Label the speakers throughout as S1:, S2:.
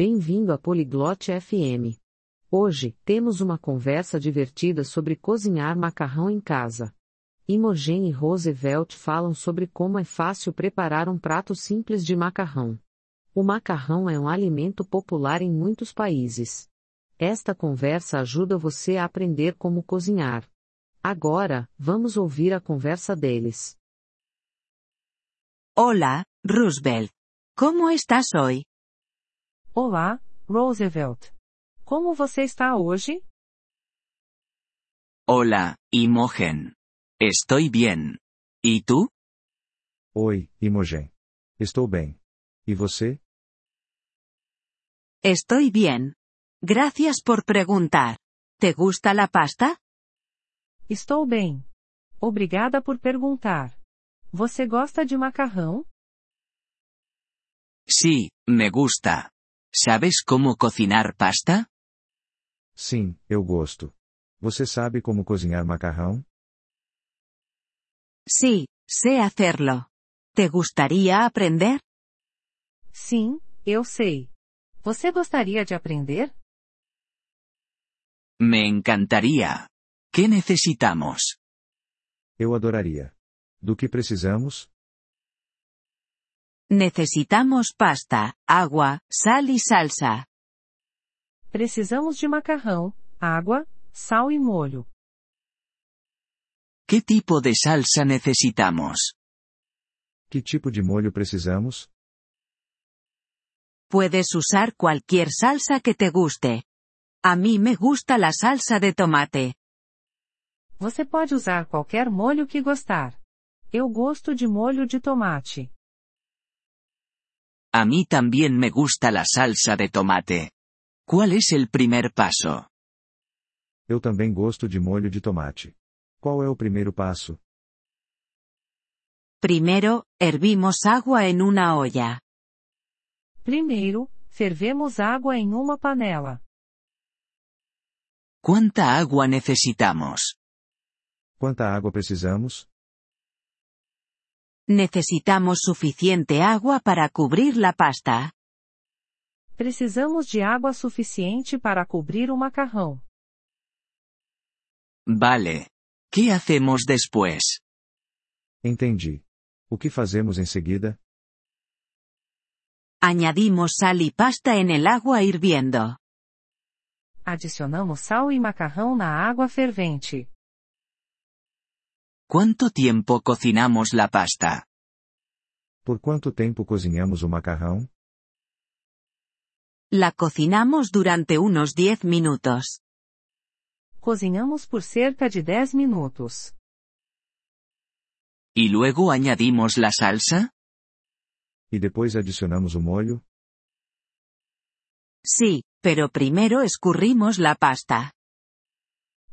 S1: Bem-vindo à Poliglote FM. Hoje, temos uma conversa divertida sobre cozinhar macarrão em casa. Imogen e Roosevelt falam sobre como é fácil preparar um prato simples de macarrão. O macarrão é um alimento popular em muitos países. Esta conversa ajuda você a aprender como cozinhar. Agora, vamos ouvir a conversa deles.
S2: Hola, Roosevelt. ¿Cómo estás hoy?
S3: Olá, Roosevelt. Como você está hoje?
S4: Hola, Imogen. Estoy bien. ¿Y tú?
S5: Oi, Imogen. Estou bem. E você?
S2: Estoy bien. Gracias por preguntar. ¿Te gusta la pasta?
S3: Estou bem. Obrigada por perguntar. Você gosta de macarrão?
S4: Sí, me gusta. ¿Sabes cómo cocinar pasta?
S5: Sim, eu gosto. Você sabe como cozinhar macarrão?
S2: Sí, sé hacerlo. ¿Te gustaría aprender?
S3: Sim, eu sei. Você gostaria de aprender?
S4: Me encantaría. ¿Qué necesitamos?
S5: Eu adoraria. Do que precisamos?
S2: Necesitamos pasta, agua, sal y salsa.
S3: Precisamos de macarrão, água, sal e molho.
S4: ¿Qué tipo de salsa necesitamos?
S5: Que tipo de molho precisamos?
S2: Puedes usar cualquier salsa que te guste. A mí me gusta la salsa de tomate.
S3: Você pode usar qualquer molho que gostar. Eu gosto de molho de tomate.
S4: A mí también me gusta la salsa de tomate. ¿Cuál es el primer paso?
S5: Eu também gosto de molho de tomate. Qual é o primeiro passo?
S2: Primero, hervimos agua en una olla.
S3: Primeiro, fervemos água em uma panela.
S4: ¿Cuánta agua necesitamos?
S5: Quanta água precisamos?
S2: Necesitamos suficiente agua para cubrir la pasta.
S3: Precisamos de água suficiente para cobrir o macarrão.
S4: Vale. ¿Qué hacemos después?
S5: Entendi. O que fazemos em seguida?
S2: Añadimos sal y pasta en el agua hirviendo.
S3: Adicionamos sal e macarrão na água fervente.
S4: ¿Cuánto tiempo cocinamos la pasta?
S5: Por quanto tempo cozinhamos o macarrão?
S2: La cocinamos durante unos 10 minutos.
S3: Cozinhamos por cerca de 10 minutos.
S4: ¿Y luego añadimos la salsa?
S5: E depois adicionamos o molho?
S2: Sí, pero primero escurrimos la pasta.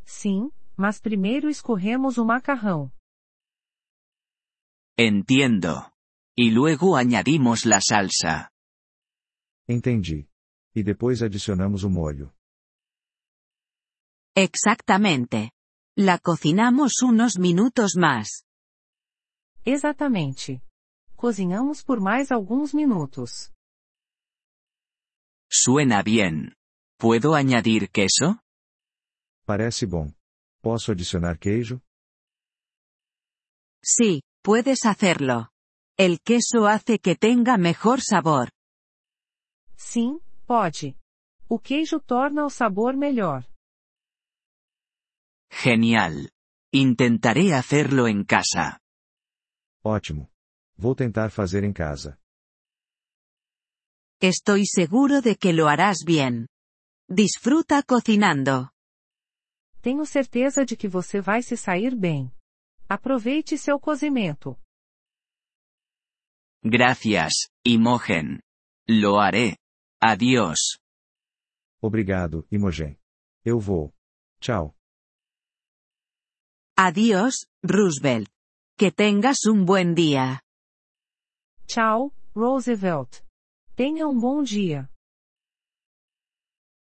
S3: Sim, mas primeiro escorremos o macarrão.
S4: Entiendo. Y luego añadimos la salsa.
S5: Entendi. E depois adicionamos o molho.
S2: Exactamente. La cocinamos unos minutos más.
S3: Exatamente. Cozinhamos por mais alguns minutos.
S4: Suena bien. ¿Puedo añadir queso?
S5: Parece bom. Posso adicionar queijo?
S2: Sí, puedes hacerlo. El queso hace que tenga mejor sabor.
S3: Sim, pode. O queijo torna o sabor melhor.
S4: Genial. Intentaré hacerlo en casa.
S5: Ótimo. Vou tentar fazer em casa.
S2: Estoy seguro de que lo harás bien. Disfruta cocinando.
S3: Tenho certeza de que você vai se sair bem. Aproveite seu cozimento.
S4: Gracias, Imogen. Lo haré. Adiós.
S5: Obrigado, Imogen. Eu vou. Tchau.
S2: Adiós, Roosevelt. Que tengas un buen día.
S3: Tchau, Roosevelt. Tenha um bom dia.